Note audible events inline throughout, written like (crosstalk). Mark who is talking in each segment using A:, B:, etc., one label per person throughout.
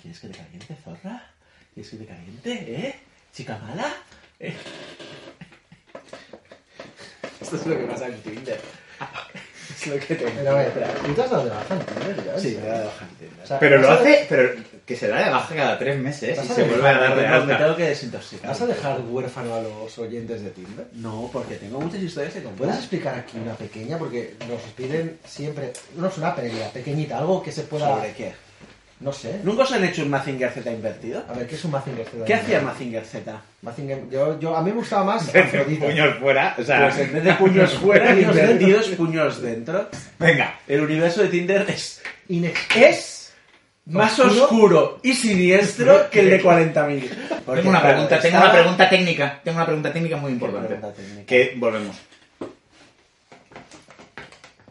A: ¿Quieres que te caliente, zorra? ¿Quieres que te caliente, eh? ¿Chica mala? ¿Eh? Esto es lo que pasa en Tinder. Es lo que te
B: Pero a ver, ¿tú te has dado de baja en Tinder ya?
A: Sí, me da de baja en Tinder.
B: O sea,
C: Pero lo
B: ¿vas a-
C: hace, pero que se da de baja cada tres meses y
B: Vas a
C: se
B: dejar
C: vuelve a dar de
A: Me
C: alta.
A: tengo que desintoxicar.
B: ¿Vas a dejar huérfano a los oyentes de Tinder?
A: No, porque tengo muchas historias que
B: ¿Puedes
A: contar.
B: explicar aquí una pequeña? Porque nos piden siempre. No es una pelea, pequeñita, algo que se pueda.
A: ¿Sobre qué?
B: No sé.
A: ¿Nunca os han hecho un Mazinger Z invertido?
B: A ver, ¿qué es un Mazinger Z?
A: ¿Qué hacía Mazinger Z?
B: Mazinger? Yo, yo, a mí me gustaba más
A: (laughs)
B: Afrodita.
C: Puños fuera, o sea,
A: Pues en vez de (laughs) puños fuera,
B: Puños dentro.
A: invertidos, puños dentro.
C: venga.
A: El universo de Tinder es,
B: Inex-
A: es más
B: Oscuro.
A: oscuro y siniestro que el de 40.000. Porque,
D: Tengo una
A: claro,
D: pregunta, tengo
A: estaba-
D: una pregunta técnica, tengo una pregunta técnica muy
A: ¿Qué
D: importante.
A: pregunta técnica?
C: Que volvemos.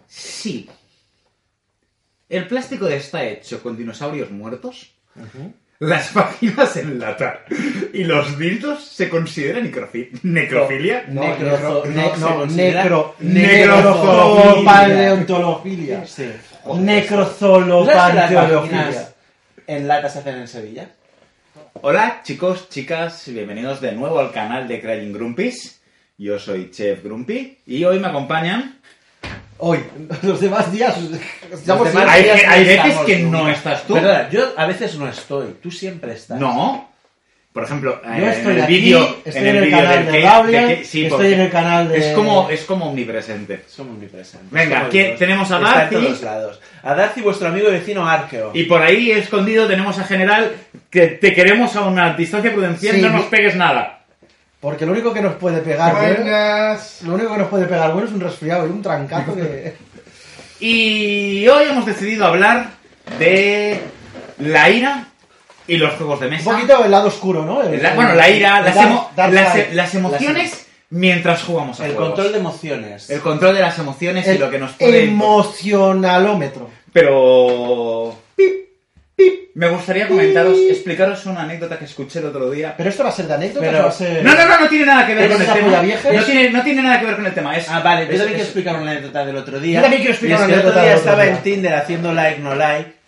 D: Sí. El plástico está hecho con dinosaurios muertos.
C: Las vaginas en lata y los dildos se consideran necrofi- necrofilia.
B: No,
A: Necrozo-
B: necro,
A: no,
B: ne-
A: se
B: no,
A: considera
B: necro,
C: necrozofilia.
B: paleontolofilia.
A: Sí. ¿Tú sabes que las
B: Necrozolopanteofilia.
A: vaginas en lata se hacen en Sevilla?
C: Hola chicos, chicas, bienvenidos de nuevo al canal de Crying Grumpies. Yo soy Chef Grumpy y hoy me acompañan.
B: Hoy, (laughs) los demás días.
A: Los demás
C: Hay-
A: días
C: hay veces
A: estamos
C: que
A: nunca.
C: no estás tú.
A: Perdona, yo a veces no estoy, tú siempre estás.
C: No. Por ejemplo, eh,
B: Yo estoy
C: en el
B: aquí,
C: vídeo,
B: estoy en el
C: vídeo
B: canal
C: del
B: de
C: que-
B: Gabriel,
C: de que- sí,
B: estoy
C: porque
B: en el canal de-
C: Es como, eh, es como omnipresente.
A: Somos omnipresentes.
C: Venga,
A: somos
C: ¿quién-
A: Dios.
C: tenemos a
A: Está
C: Darcy?
A: en todos lados. A Darcy, vuestro amigo y vecino Arqueo.
C: Y por ahí escondido tenemos a General que te queremos a una distancia prudencial,
B: Sí,
C: no
B: mi-
C: nos pegues nada.
B: Porque lo único que nos puede pegar, bueno,
E: Buenas.
B: lo único que nos puede pegar bueno es un resfriado y un trancazo
C: (laughs)
B: que.
C: Y hoy hemos decidido hablar de la ira y los juegos de
B: Un
C: mesa.
B: poquito el lado oscuro, ¿no? El-
C: La- bueno, la ira,
B: el
C: las,
B: dark-
C: emo-
B: dark
C: las- e,
B: side.
C: las emociones mientras jugamos a
A: el
C: juegos.
A: control de emociones.
C: El control de las emociones y
B: El
C: lo que nos puede...
B: Emocionalómetro.
C: Pero... pip, pip. Me gustaría comentaros, explicaros una anécdota que escuché el otro día.
B: Pero esto va a ser de anécdota,
A: Pero-
B: o va a ser.
C: No, no, no, no tiene nada que ver
B: ¿Eres
C: con el
B: una
C: tema.
B: polla vieja?
C: No tiene, no tiene nada que ver con el tema. Es,
A: Ah, vale, yo
C: es-
A: también quiero
C: es-
A: explicar una anécdota del otro día.
B: Yo también quiero explicar
A: Y es
B: una
A: que
B: anécdota
A: El
B: del
A: otro
B: otro
A: día estaba
B: día.
A: en Tinder haciendo like, no like.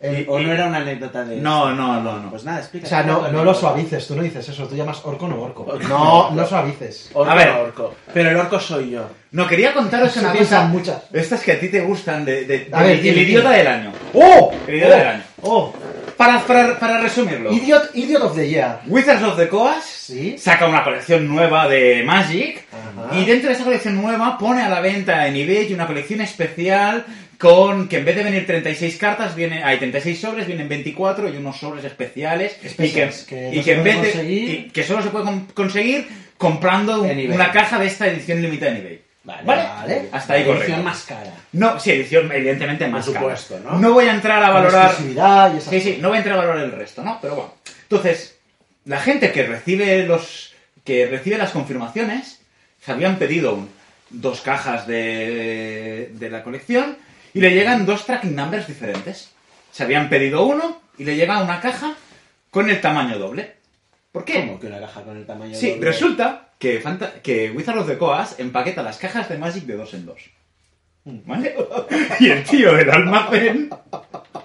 B: El-
A: ¿O no era una anécdota de.?
C: No, no, no, no.
A: Pues nada, explica.
B: O sea, no,
A: explica
B: no
A: la
B: lo
A: anécdota.
B: suavices, tú no dices eso, tú llamas orco no orco.
A: Orco.
B: No, no suavices.
A: Orco,
C: A ver.
A: no, orco. Pero el orco soy yo.
C: No, quería contaros
B: Se
C: una
B: piensan
C: cosa.
B: muchas.
C: Estas que a ti te gustan, de, de-
B: A
C: de-
B: ver,
C: el
B: dime,
C: idiota
B: dime.
C: del año.
B: ¡Oh!
C: El idiota del año.
B: ¡Oh!
C: Para, para, para resumirlo,
B: Idiot, idiot of the Year.
C: Wizards of the Coast
B: Sí.
C: saca una colección nueva de Magic
B: Ajá.
C: y dentro de esa colección nueva pone a la venta en eBay una colección especial con que en vez de venir 36 cartas, viene, hay 36 sobres, vienen 24 y unos sobres especiales y que,
B: Especiales, que
C: y
B: no
C: que
B: se
C: en vez
B: pueden
C: de-
B: conseguir.
C: y que solo se puede con- conseguir comprando un-
A: En eBay.
C: una caja de esta edición limitada en eBay.
B: Vale.
C: Hasta ahí
A: La edición
C: correcto.
A: más cara.
C: No, sí, edición evidentemente más
A: Por
C: cara.
A: supuesto, ¿no?
C: voy a entrar a
B: Con
C: valorar.
B: exclusividad y esas
C: Sí, sí, no voy a entrar a valorar el resto, ¿no? Pero bueno. Entonces, la gente que recibe los que recibe las confirmaciones se habían pedido un- dos cajas de, de la colección y le llegan dos tracking numbers diferentes. Se habían pedido uno y le llega una caja con el tamaño doble. ¿Por qué?
A: ¿Cómo que una caja con el tamaño
C: Sí,
A: doble?
C: resulta que, Fanta- que Wizards of the Coast empaqueta las cajas de Magic de dos en dos. (laughs) ¿Vale? Y el tío del almacén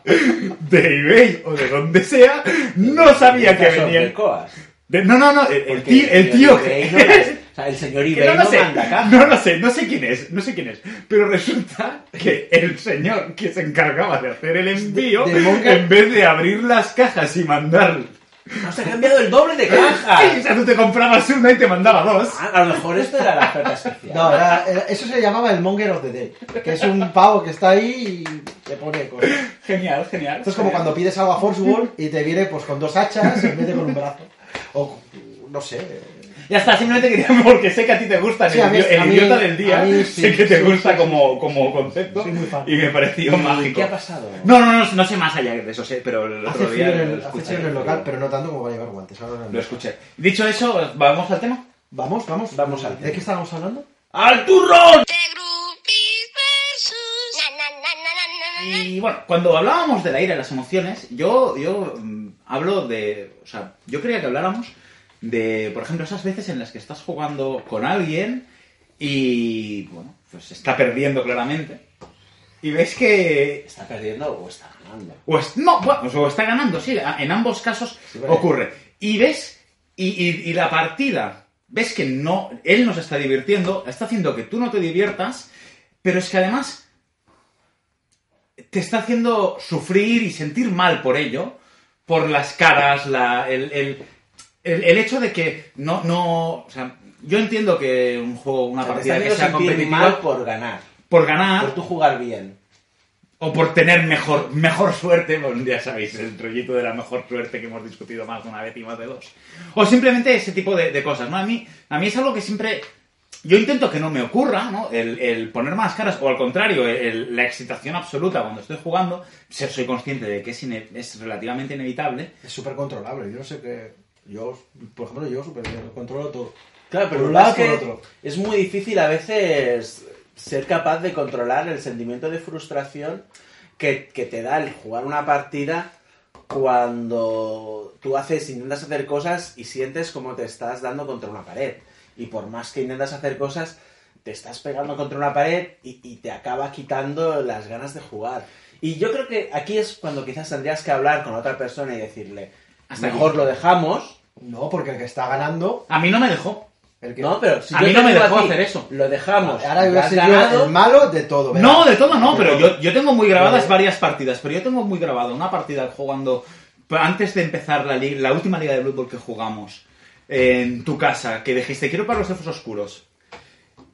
C: de eBay o de donde sea no sabía que
A: Cajas son
C: venían.
A: de coas.
C: de- no, no, no, el, el
A: Porque
C: tío, el tío
A: señor
C: que,
A: eBay no las- o sea, el señor
C: (laughs) que
A: eBay
C: no
A: no,
C: lo sé,
A: manda cajas.
C: no lo sé, no sé quién es, no sé quién es, pero resulta que el señor que se encargaba de hacer el envío,
B: de Monger.
C: en vez de abrir las cajas y mandar,
A: Nos ha cambiado el doble
C: (laughs)
A: de cajas.
C: o sea, tú te comprabas una y te mandaba dos.
A: Ah, A lo mejor esto era la oferta
C: (laughs)
A: especial.
B: No, era- era- eso se llamaba el Monger of the Day, que es un pavo que está ahí y te pone cosas.
C: Genial, genial.
B: Esto es como
C: genial.
B: cuando pides algo a Force World y te viene pues con dos hachas en vez de con un brazo. O con- no sé.
F: Ya está, simplemente (laughs) queríamos que sé que a ti te gusta
B: Sí,
F: el,
B: a mí-
F: idio- el
B: a mí-
F: idiota del día.
B: a mí sí,
F: sé que te
B: sí,
F: gusta
B: sí,
F: como, como concepto
B: Soy muy fan.
F: y me pareció mágico.
A: ¿Qué ha pasado?
C: No, no, no, no sé más allá de eso, sé, pero el
B: Hace
C: otro día
B: frío en
C: lo
B: el, hace
C: escuché.
B: frío en el local, pero no tanto como para llevar guantes. ahora no.
F: Lo escuché. Dicho eso, ¿vamos al tema?
B: Vamos, vamos.
A: Vamos al
B: ¿De qué estábamos hablando?
F: ¡Al turrón!
G: The groupies versus. Na, na, na, na, na, na, na, na.
C: Y bueno, cuando hablábamos del aire, las emociones, yo, yo mm, hablo de. O sea, yo creía que habláramos de, por ejemplo, esas veces en las que estás jugando con alguien y. Bueno, pues está perdiendo claramente. Y ves que.
A: ¿Está perdiendo o está ganando?
C: O es- no, bueno, o está ganando, sí, a- en ambos casos
B: vale.
C: ocurre. Y ves, y, y- y la partida, ves que no, él nos está divirtiendo, está haciendo que tú no te diviertas, pero es que además te está haciendo sufrir y sentir mal por ello, por las caras, la, el, el- el- el hecho de que no, no, o sea, yo entiendo que un juego, una
A: O sea, te
C: partida
A: está
C: que
A: haciendo
C: sea
A: sentir
C: competitiva,
A: mal por ganar,
C: por ganar,
A: por tú jugar bien.
C: o por tener mejor, mejor suerte, bueno, ya sabéis, el rollito de la mejor suerte que hemos discutido más de una vez y más de dos. O simplemente ese tipo de, de cosas, ¿no? A mí, a mí es algo que siempre... Yo intento que no me ocurra, ¿no? El, el poner más caras, o al contrario, el- la excitación absoluta cuando estoy jugando, se- soy consciente de que es, ine- es relativamente inevitable,
B: Es súper controlable. Yo no sé qué. Yo, por ejemplo, yo súper bien, controlo todo.
A: Claro, pero
B: Por un
A: lo que
B: lado,
A: pasa es
B: por
A: que
B: otro.
A: es muy difícil a veces ser capaz de controlar el sentimiento de frustración que, que te da el jugar una partida cuando tú haces, intentas hacer cosas y sientes como te estás dando contra una pared. Y por más que intentas hacer cosas, te estás pegando contra una pared y, y te acaba quitando las ganas de jugar. Y yo creo que aquí es cuando quizás tendrías que hablar con otra persona y decirle,
C: Hasta aquí.
A: mejor lo dejamos.
B: No, porque el que está ganando.
C: A mí no me dejó.
B: El que...
A: No, pero si
C: A
A: yo
C: mí
A: te
C: no me
A: digo a
C: dejó
A: ti,
C: hacer eso.
A: Lo dejamos.
B: Ahora voy
A: lo
B: a
A: has
B: ser yo
A: ganado,
B: el malo de todo. ¿verdad?
C: No, de todo no, pero yo, yo tengo muy grabadas
B: Pero-
C: varias partidas, pero yo tengo muy grabado una partida jugando, antes de empezar la, li- la última liga de Blood Bowl que jugamos, en tu casa, que dijiste, quiero para los elfos oscuros.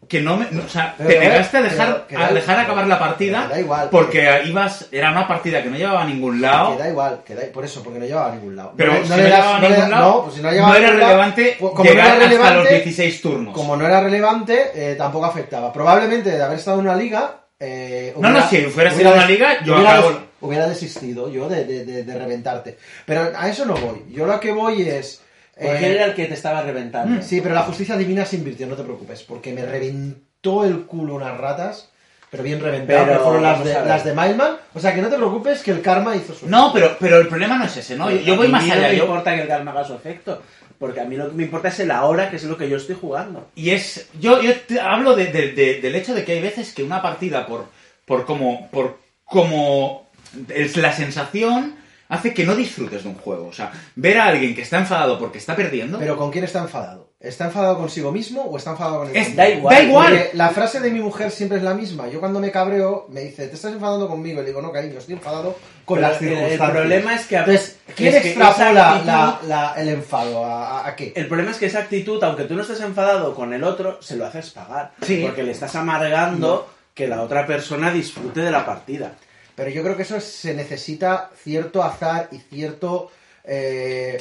C: Que no me, no, o sea,
B: Pero
C: te
B: que da-
C: negaste a dejar,
B: pero que da-
C: a dejar acabar la partida
B: que da igual,
C: porque ibas, era una partida que no llevaba a ningún lado.
B: Que da igual, que da, por eso, porque no llevaba a ningún lado.
C: Ah. Pero
B: no,
C: si
B: no
C: no
B: le das-
C: llevaba a
B: no le
C: ningún
B: da-
C: lado,
B: no, pues si no llevaba a
C: era
B: ningún lado,
C: relevante
B: pues como no
C: llegar
B: era
C: hasta los
B: relevante,
C: 16 turnos.
B: Como no era relevante, eh, tampoco afectaba. Probablemente de haber estado en una liga. eh,
C: No, no, si hubiera sido una liga, yo
B: hubiera,
C: acabo-
B: hubiera desistido yo de, de- de- de reventarte. Pero a eso no voy. Yo lo que voy es.
A: Porque
B: eh,
A: él Pues era el que te estaba reventando.
B: Sí, pero la justicia divina se invirtió, no te preocupes, porque me reventó el culo unas ratas, pero bien reventado,
A: Pero
B: que fueron las
A: vamos
B: de,
A: a ver.
B: las de Mailman. O sea, que no te preocupes que el karma hizo su
C: No, pero, pero el problema no es ese, ¿no?
B: Pues
C: Yo, yo voy
A: A mí
C: más
A: No
C: allá.
A: me
C: yo-
A: importa que el karma haga su efecto. Porque a mí lo que me importa es el ahora, que es lo que yo estoy jugando.
C: Y es. Yo, yo te hablo de- de- de- del hecho de que hay veces que una partida, por, por como. por como. es la sensación hace que no disfrutes de un juego. O sea, ver a alguien que está enfadado porque está perdiendo.
B: Pero ¿con quién está enfadado? ¿Está enfadado consigo mismo o está enfadado con el
C: es-
B: mundo?
A: da igual,
C: Da igual.
B: Porque la frase de mi mujer siempre es la misma. Yo cuando me cabreo, me dice, ¿te estás enfadando conmigo? Y le digo, no, cariño, estoy enfadado con
A: Pero
B: las
A: el- el
B: circunstancias.
A: problema es que a-
B: Entonces,
A: es
B: ¿quién
A: que esa
B: extrapola
A: actitud-
B: la- la- el enfado? ¿A, a- a qué?
A: El problema es que esa actitud, aunque tú no estés enfadado con el otro, se lo haces pagar.
C: Sí.
A: Porque le estás amargando que la otra persona disfrute de la partida.
B: Pero yo creo que eso se necesita cierto azar y cierto eh,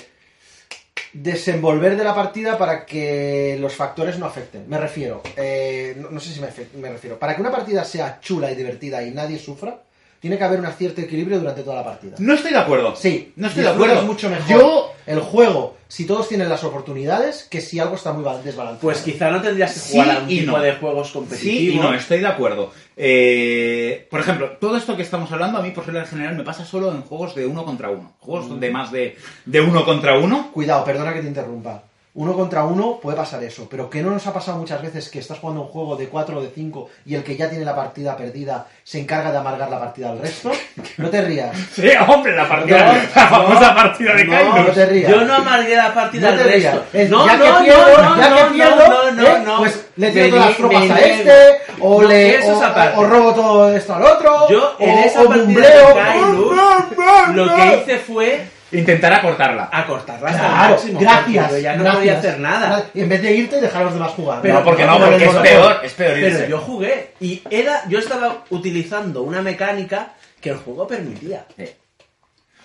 B: desenvolver de la partida para que los factores no afecten. Me refiero, eh, no, no sé si me, afe- me refiero, para que una partida sea chula y divertida y nadie sufra, tiene que haber un cierto equilibrio durante toda la partida.
C: No estoy de acuerdo.
B: Sí,
C: no estoy de
B: disfrutas
C: acuerdo.
B: mucho mejor
C: Yo.
B: el juego si todos tienen las oportunidades que si algo está muy ba- desbalanceado.
A: Pues quizá no tendrías que
C: Sí
A: jugar a un
C: y
A: tipo
C: no.
A: de juegos competitivos.
C: Sí, y no, estoy de acuerdo. Eh, por ejemplo, todo esto que estamos hablando, a mí por lo general me pasa solo en juegos de uno contra uno. Juegos de más de, de uno contra uno. (laughs)
B: Cuidado, perdona que te interrumpa. Uno contra uno puede pasar eso, pero que no nos ha pasado muchas veces que estás jugando un juego de 4 o de 5 y el que ya tiene la partida perdida se encarga de amargar la partida al resto? No te rías.
C: Sí, hombre, la partida.
A: No,
C: la famosa partida de
B: no,
C: Kairos.
B: no te rías.
A: Yo no amargué la partida
B: No te
A: al
B: rías.
A: resto.
B: Es,
A: no,
B: ya
A: no,
B: que pierdo,
A: no,
B: ya
A: no,
B: que
A: no,
B: pierdo,
A: no, no,
B: ¿eh?
A: no.
B: pues le
A: Me
B: tiro todas
A: niego,
B: las tropas
A: me
B: a
A: niego.
B: este, o,
A: No,
B: le,
A: eso es
B: o-
A: aparte.
B: o robo todo esto al otro,
A: Yo, en
B: o,
A: esa
B: o
A: partida
B: bumbleo.
A: de Kairos, Lo que hice fue
C: Intentar acortarla.
A: acortarla hasta el
B: Claro,
A: máximo.
B: gracias.
A: Yo ya no
B: gracias.
A: podía hacer nada.
B: Gra- En vez de irte, dejar a los demás jugar.
A: Pero-
C: no, porque no,
A: pero
C: porque
A: el
C: es
A: monopolio.
C: peor, es peor irse.
A: Pero yo jugué y era, yo estaba utilizando una mecánica que el juego permitía.
C: O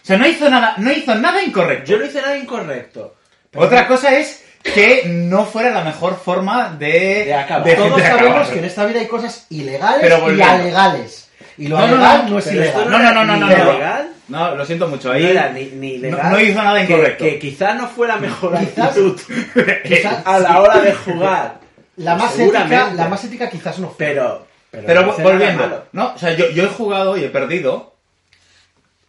C: sea, no hizo nada, no hizo nada incorrecto.
A: Yo no hice nada incorrecto.
C: Otra cosa es que no fuera la mejor forma de,
A: De acabar.
C: de-
B: Todos
C: de acabar.
B: sabemos que en esta vida hay cosas ilegales
C: Pero
B: y
C: volviendo.
B: alegales. Y lo
C: No, no,
B: legal no,
C: no,
B: es
A: Pero esto
B: ilegal.
C: no- no, no, no,
A: ni
C: no,
B: no.
A: legal,
C: No, lo siento mucho.
A: no
C: Ahí
A: era
C: (laughs)
A: ni, ni
C: no-
A: legal,
C: no hizo nada
A: que-
C: incorrecto.
A: Que, quizá no fue la mejor
B: Quizás-
A: actitud
B: Quizá-
A: a la hora de jugar.
B: la, más ética,
A: Seguramente.
B: la más ética quizás no fue.
A: Pero.
C: Pero
A: no
C: vo-
A: hace nada malo.
C: volviendo, ¿no? O sea, yo, yo he jugado y he perdido.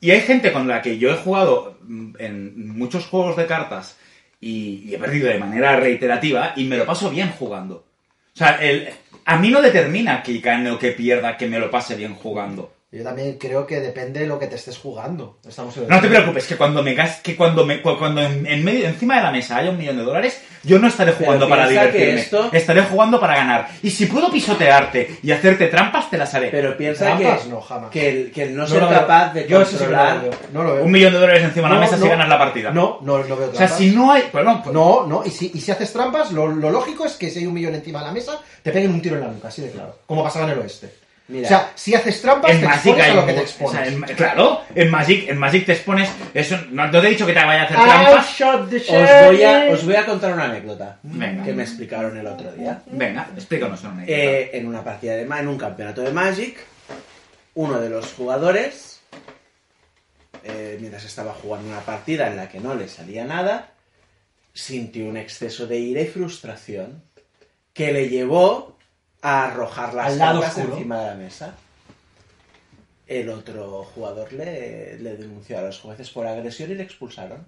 C: Y hay gente con la que yo he jugado mm, en muchos juegos de cartas y, y he perdido de manera reiterativa y me lo paso bien jugando. O sea, el- a mí no determina que gane o que pierda que me lo pase bien jugando.
B: Yo también creo que depende de lo que te estés jugando. Estamos en el-
C: No te preocupes, que cuando me gas- que cuando me cu- cuando en, en medio, encima de la mesa haya un millón de dólares, yo no estaré jugando para
A: piensa que
C: divertirme.
A: esto-
C: Estaré jugando para ganar. Y si puedo pisotearte y hacerte trampas, te las haré.
A: Pero piensa que,
B: Trampas, no, jamás.
A: que, el, que el no,
B: No
A: ser
B: lo veo.
A: capaz de
B: Yo eso sí que no lo
A: controlar.
B: veo. no lo veo.
C: Un millón de dólares encima de la
B: No,
C: mesa
B: no.
C: si ganas la partida.
B: No, no lo veo
C: O sea,
B: trampas.
C: si no hay. Pues no, pues-
B: No, no, y si, y si haces trampas, lo, lo lógico es que si hay un millón encima de la mesa, te peguen un tiro en la nuca, así de claro. Como pasaba en el oeste.
A: Mira.
B: O sea, si haces trampas,
C: En
B: te
C: Magic
B: expones
C: hay
B: a lo que
C: mu-
B: te
C: o sea, en
B: expones.
C: Ma- claro, en Magic, en Magic te expones. Eso, no, no te he dicho que te vaya a hacer
B: I
C: trampas.
B: shot the
A: Os voy, a,
B: sheriff.
A: os voy a contar una anécdota
C: Venga.
A: que me explicaron el otro día.
C: Venga, explícanos una anécdota.
A: Eh, en una partida de Ma- en un campeonato de Magic, uno de los jugadores, eh, mientras estaba jugando una partida en la que no le salía nada, sintió un exceso de ira y frustración que le llevó a arrojar las
B: Al lado
A: cartas
B: oscuro.
A: encima de la mesa. El otro jugador le, le denunció a los jueces por agresión y le expulsaron.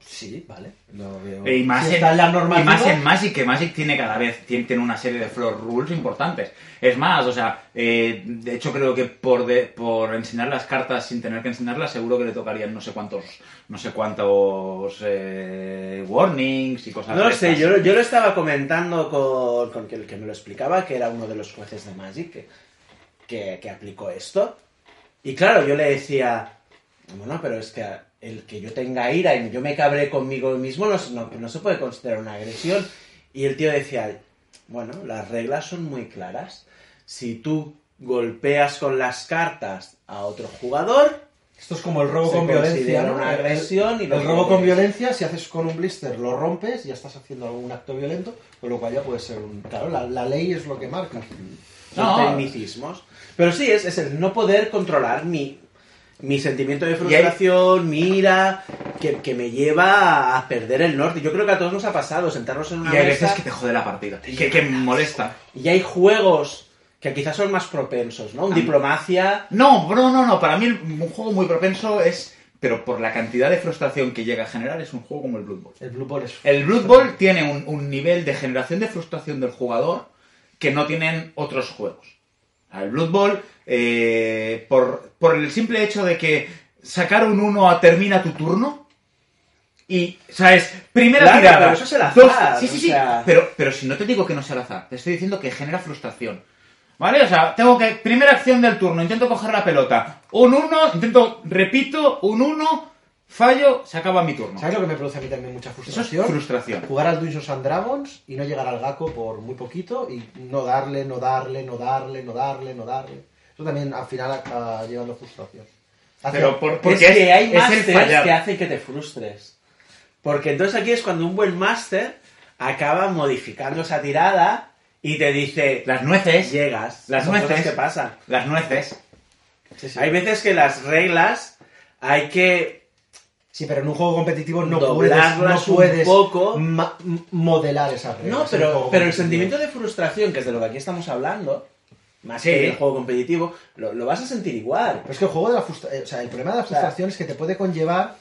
A: Sí, vale.
B: No veo.
C: Y más,
B: Si
C: en,
B: está en la normativa,
C: y más en Magic, que Magic tiene cada vez tiene, tiene una serie de floor rules importantes. Es más, o sea, eh, de hecho creo que por, de- por enseñar las cartas sin tener que enseñarlas, seguro que le tocarían no sé cuántos no sé cuántos eh, warnings y cosas
A: No lo
C: de
A: sé,
C: estas.
A: yo, yo lo estaba comentando con, con que el que me lo explicaba, que era uno de los jueces de Magic que, que, que aplicó esto. Y claro, yo le decía, bueno, pero es que el que yo tenga ira y yo me cabré conmigo mismo no, se- no, no se puede considerar una agresión. Y el tío decía, bueno, las reglas son muy claras. Si tú golpeas con las cartas a otro jugador,
B: Esto es como el robo
A: Se
B: con violencia.
A: considera
B: ¿no?
A: una
B: El-
A: agresión y
B: el
A: lo
B: robo
A: que
B: con
A: es.
B: violencia, si haces con un blister, lo rompes, ya estás haciendo algún acto violento, con lo cual ya puede ser un. Claro, la, la ley es lo que marca.
A: son
C: No.
A: tecnicismos. Pero sí, es, es el no poder controlar mi, mi sentimiento de frustración, mi ira, que, que me lleva a perder el norte. Yo creo que a todos nos ha pasado sentarnos en una
C: Y hay
A: mesa
C: veces que te jode la partida, que, que molesta.
A: y hay juegos que quizás son más propensos, ¿no? Un
C: Ah.
A: diplomacia...
C: No, no, no, no. Para mí un juego muy propenso es, pero por la cantidad de frustración que llega a generar, es un juego como el Blood Bowl.
B: El Blue Ball es.
C: El Blood Bowl tiene un, un nivel de generación de frustración del jugador que no tienen otros juegos. El Blood Bowl, eh, por, por el simple hecho de que sacar un 1 a- termina tu turno. Y, ¿sabes? Primera
A: Claro,
C: tirada.
A: pero eso es el azar,
C: dos- sí, sí,
A: o
C: sí.
A: sea-
C: Pero, pero si no te digo que no sea el azar, te estoy diciendo que genera frustración. ¿Vale? O sea, tengo que. Primera acción del turno, intento coger la pelota. Un 1, intento, repito, un 1, fallo, se acaba mi turno.
B: ¿Sabes lo que me produce a mí también mucha
C: Eso es
B: frustración?
C: frustración.
B: Jugar al Dungeons and Dragons y no llegar al Gaco por muy poquito y no darle, no darle, no darle, no darle, no darle. Eso también al final acaba llevando frustración. Hacia-
C: Pero por- porque
A: es que hay
C: es el
A: másteres
C: fallar.
A: que hacen que te frustres. Porque entonces aquí es cuando un buen máster acaba modificando esa tirada y te dice...
C: Las nueces.
A: Llegas.
C: Las
A: son cosas
C: nueces.
A: que pasan.
C: Las nueces.
A: Hay veces que las reglas hay que.
B: Sí, pero en un juego competitivo no puedes, no
A: Doblarlas un
B: puedes
A: poco.
B: ma- m- modelar esas reglas.
A: No,
B: en un
A: pero,
B: juego
A: pero el
B: competitivo.
A: sentimiento de frustración, que es de lo que aquí estamos hablando, más
C: Sí.
A: que el juego competitivo, lo, lo vas a sentir igual.
B: Pero es que el juego de la frustración, o sea, el problema de la
A: sea-
B: frustración es que te puede conllevar,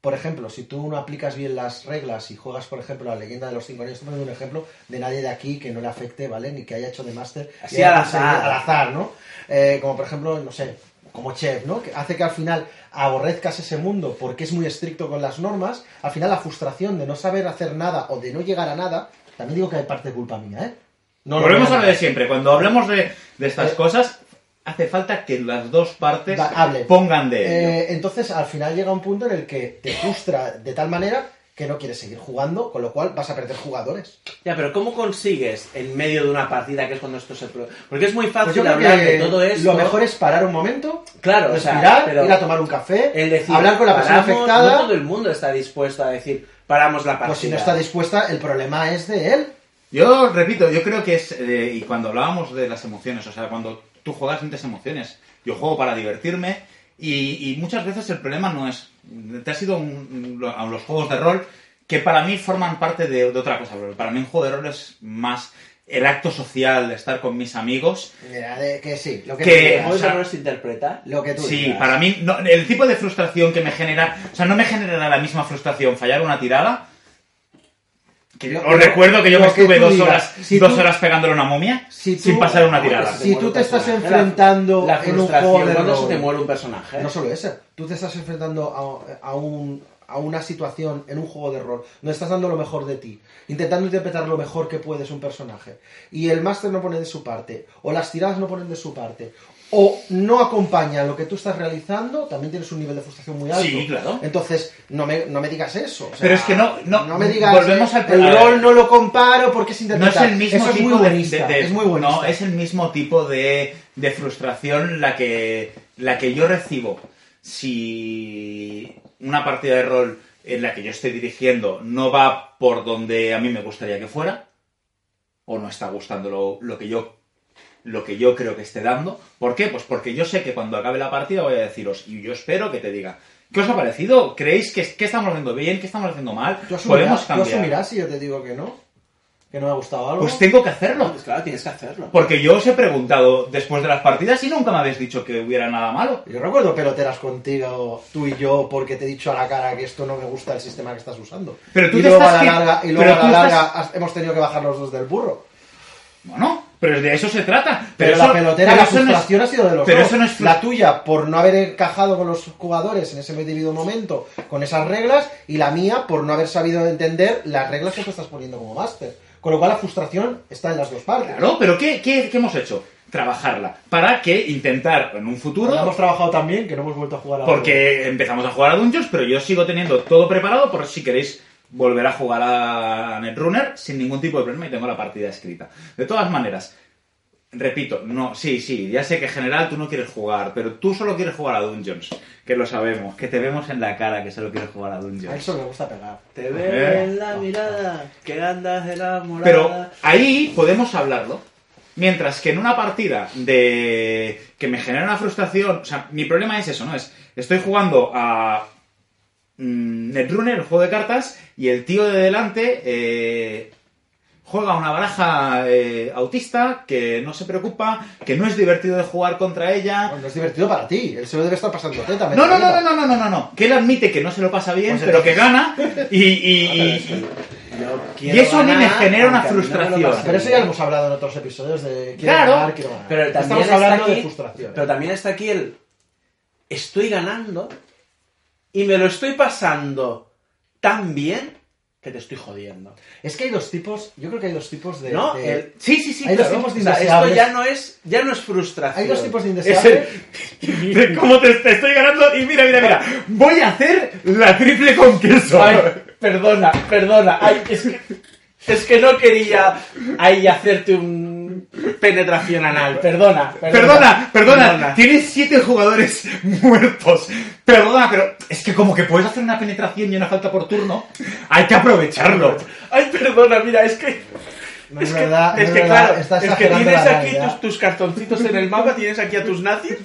B: por ejemplo, si tú no aplicas bien las reglas y juegas, por ejemplo, la leyenda de los cinco años, estoy poniendo un ejemplo de nadie de aquí que no le afecte, ¿vale? Ni que haya hecho de máster. y
A: Así
B: haya
A: al
B: conseguido-
A: azar.
B: al azar, ¿no? Eh, como por ejemplo, no sé, como chef, ¿no? Que hace que al final aborrezcas ese mundo porque es muy estricto con las normas, al final la frustración de no saber hacer nada o de no llegar a nada, también digo que hay parte de culpa mía, ¿eh? No lo
C: Volvemos
B: voy
C: a lo
B: negar.
C: de siempre. Cuando hablamos de, de estas
B: Eh,
C: cosas, hace falta que las dos partes
B: Va, hable.
C: pongan de ello.
B: Eh, entonces, al final llega un punto en el que te frustra de tal manera que no quieres seguir jugando, con lo cual vas a perder jugadores.
A: Ya, pero ¿cómo consigues en medio de una partida que es cuando esto se prueba? Porque es muy
B: Pues
A: fácil
B: yo creo
A: hablar
B: que
A: de todo esto.
B: Lo mejor es parar un momento,
A: claro, o sea,
B: respirar,
A: pero
B: ir a tomar un café,
A: el decir,
B: hablar con la persona
A: paramos,
B: afectada.
A: No todo el mundo está dispuesto a decir, paramos la partida.
B: Pues si no está dispuesta, el problema es de él.
C: Yo repito, yo creo que es. eh, y cuando hablábamos de las emociones, o sea, cuando tú juegas sientes emociones. Yo juego para divertirme y, y muchas veces el problema no es. Te has ido a un- a los juegos de rol que para mí forman parte de, de otra cosa. pero Para mí un juego de rol es más el acto social, estar con mis amigos.
B: Mira, de- que sí, lo que,
C: Que-
B: tú digas.
A: ¿Cómo
C: o sea,
A: no se interpreta?
B: Lo que tú
C: Sí,
B: digas.
C: para mí no, el tipo de frustración que me genera, o sea, no me generará la misma frustración fallar una tirada. Que
B: Lo-
C: os recuerdo que yo
B: lo
C: me
B: que
C: estuve
B: tú
C: dos
B: digas.
C: horas,
B: Si
C: dos
B: tú-
C: horas pegándole a una momia
B: si
C: sin
B: tú-
C: pasar una
A: Porque
C: tirada.
A: se te
B: Si
A: muere
B: tú
A: un
B: te estás
A: personaje,
B: enfrentando
A: la, la
B: en un
A: frustración
B: juego de
A: cuando
B: rol.
A: se te muere un personaje.
B: No solo esa, tú te estás enfrentando a, a un- a una situación en un juego de rol donde estás dando lo mejor de ti, intentando interpretar lo mejor que puedes un personaje, y el máster no pone de su parte, o las tiradas no ponen de su parte, o no acompaña lo que tú estás realizando, también tienes un nivel de frustración muy alto.
C: Sí, claro.
B: Entonces, no me, no me digas eso. o sea,
C: Pero es que no- no-
B: me digas,
C: volvemos al-
B: el
C: a ver.
B: rol no lo comparo porque es
C: No es
B: interpretar.
C: el mismo
B: Eso es
C: tipo
B: muy
C: de-
B: buenista,
C: de, de-
B: es muy buenista.
C: No, es el mismo tipo de, de frustración la que, la que yo recibo si una partida de rol en la que yo estoy dirigiendo no va por donde a mí me gustaría que fuera, o no está gustando lo, lo que yo lo que yo creo que esté dando. ¿Por qué? Pues porque yo sé que cuando acabe la partida voy a deciros, y yo espero que te diga, ¿qué os ha parecido? ¿Creéis que, que estamos haciendo bien? ¿Qué estamos haciendo mal?
B: Tú asumirás-
C: ¿Podemos
B: tú
C: cambiar?
B: asumirás si yo te digo que no, que no me ha gustado algo.
C: Pues tengo que hacerlo.
A: Pues claro, tienes que hacerlo.
C: Porque yo os he preguntado después de las partidas y nunca me habéis dicho que hubiera nada malo.
B: Yo recuerdo peloteras contigo, tú y yo, porque te he dicho a la cara que esto no me gusta el sistema que estás usando.
C: Pero tú
B: y
C: te
B: luego
C: estás
B: a la
C: que-
B: larga, y luego
C: pero
B: a
C: tú
B: la
C: estás-
B: larga has- hemos tenido que bajar los dos del burro.
C: Bueno, pero de eso se trata.
B: Pero,
C: eso-
B: la pelotera,
C: pero
B: la
C: eso no es-
B: frustración ha sido de los
C: pero
B: dos.
C: eso no es frus-
B: La tuya por no haber encajado con los jugadores en ese debido momento con esas reglas y la mía por no haber sabido entender las reglas que tú estás poniendo como máster. Con lo cual la frustración está en las dos partes.
C: Claro, pero ¿qué, qué, qué hemos hecho? Trabajarla. Para que intentar en un
B: Cuando hemos
C: futuro...
B: trabajado también, que no hemos vuelto a jugar a
C: Porque empezamos a jugar a Dungeons, pero yo sigo teniendo todo preparado por si queréis volver a jugar a Netrunner sin ningún tipo de problema y tengo la partida escrita. De todas maneras, repito, no, sí, sí, ya sé que en general tú no quieres jugar, pero tú solo quieres jugar a Dungeons, que lo sabemos, que te vemos en la cara que solo quieres jugar a Dungeons.
B: a él solo le gusta pegar.
A: Te veo
C: Eh.
A: en la mirada, que andas enamorada.
C: Pero ahí podemos hablarlo. Mientras que en una partida de que me genera una frustración, o sea, mi problema es eso, ¿no? Es estoy jugando a mm, Netrunner, el juego de cartas, y el tío de delante eh, juega una baraja eh, autista que no se preocupa, que no es divertido de jugar contra ella.
B: Bueno, es divertido para ti, él se lo debe estar pasando teta.
C: No, no, no,
B: metralleta.
C: no, no, no, no, no. Que él admite que no se lo pasa bien,
B: Pues
C: pero que
B: entonces- (laughs)
C: gana y- y- y,
A: Yo
C: Y eso a mí me
A: ganar,
C: genera una
A: aunque a mí no me lo
C: frustración.
A: pase
B: Pero eso ya
A: bien.
B: lo hemos hablado en otros episodios de quiero
C: Claro,
B: ganar, quiero ganar.
A: Pero también
B: Estamos
A: está
B: hablando
A: aquí-
B: de frustración. ¿eh?
A: Pero también está aquí el. Estoy ganando y me lo estoy pasando tan bien que te estoy jodiendo.
B: Es que hay dos tipos, yo creo que hay dos tipos de...
A: ¿No?
B: de-
A: El-
C: Sí, sí, sí.
B: Hay dos
C: claro.
B: tipos de
A: O sea, esto
B: indeseables.
A: ya no es, ya no es frustración.
B: Hay dos tipos de
C: Es
B: indeseables.
C: el- ¿Cómo te, te estoy ganando? Y mira, mira, mira. Voy a hacer la triple con queso.
A: Ay, perdona, perdona. Ay, es que. Es que no quería ahí hacerte un penetración anal. Perdona,
C: Perdona, perdona, Tienes siete jugadores (laughs) muertos. Perdona, pero es que como que puedes hacer una penetración y una falta por turno, hay que aprovecharlo.
A: Ay, perdona, mira, es que.
B: No es, verdad, no
A: es
B: es
A: que
B: verdad,
A: claro,
B: está
A: es que
B: exagerando
A: tienes
B: la
A: aquí tus,
B: realidad.
A: tus cartoncitos en el mapa, tienes aquí a tus nazis.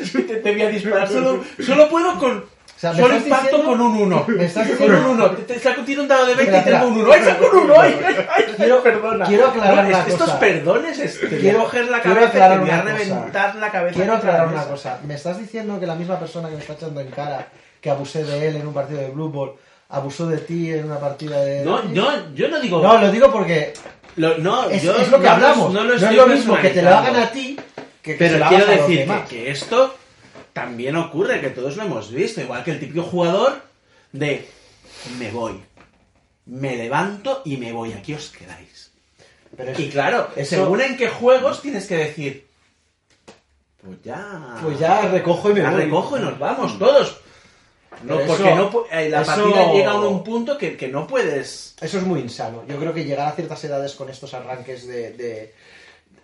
A: Es que te, te voy a disparar. Solo, solo puedo con.
B: sea, me
A: solo
B: estás
A: impacto
B: diciendo-
A: con un 1.
B: me estás
A: Con
B: diciendo-
A: un 1. Te, te saco tiro un dado de 20
B: Espera,
A: y tengo
B: espera.
A: un 1. ¡Ay, saco un 1! ¡Ay, ay, ay!
B: Quiero-
A: perdona.
B: quiero aclarar
A: Bueno, es
B: una
A: que estos
B: cosa.
A: perdones es que
B: Quiero-
A: quiero coger la
B: quiero
A: cabeza y
B: aclarar
A: te voy a
B: una cosa.
A: reventar la cabeza.
B: Quiero
A: contra la
B: aclarar una
A: mesa.
B: cosa. ¿Me estás diciendo que la misma persona que me está echando en cara que abusé de él en un partido de Blue Ball abusó de ti en una partida de...
A: No, yo, yo no digo.
B: No, lo digo porque
A: lo- no,
B: es,
A: yo
B: es lo que
A: no
B: hablamos.
A: No
B: No,
A: lo,
B: es
A: estoy
B: lo mismo que te lo hagan
A: personalizando.
B: a ti que que se lo
A: Pero
B: hagas
A: quiero
B: a los
A: decirte
B: demás.
A: que esto también ocurre, que todos lo hemos visto, igual que el típico jugador de me voy, me levanto y me voy, aquí os quedáis.
B: Pero es-
A: Y claro,
B: eso-
A: según en qué juegos tienes que decir, pues ya...
B: Pues ya recojo y me
A: ya
B: voy.
A: recojo y nos vamos todos. No,
B: Pero
A: porque
B: eso-
A: no, pu- eh, la
B: eso-
A: partida llega a un punto que, que no puedes.
B: Eso es muy insano. Yo creo que llegar a ciertas edades con estos arranques de. de-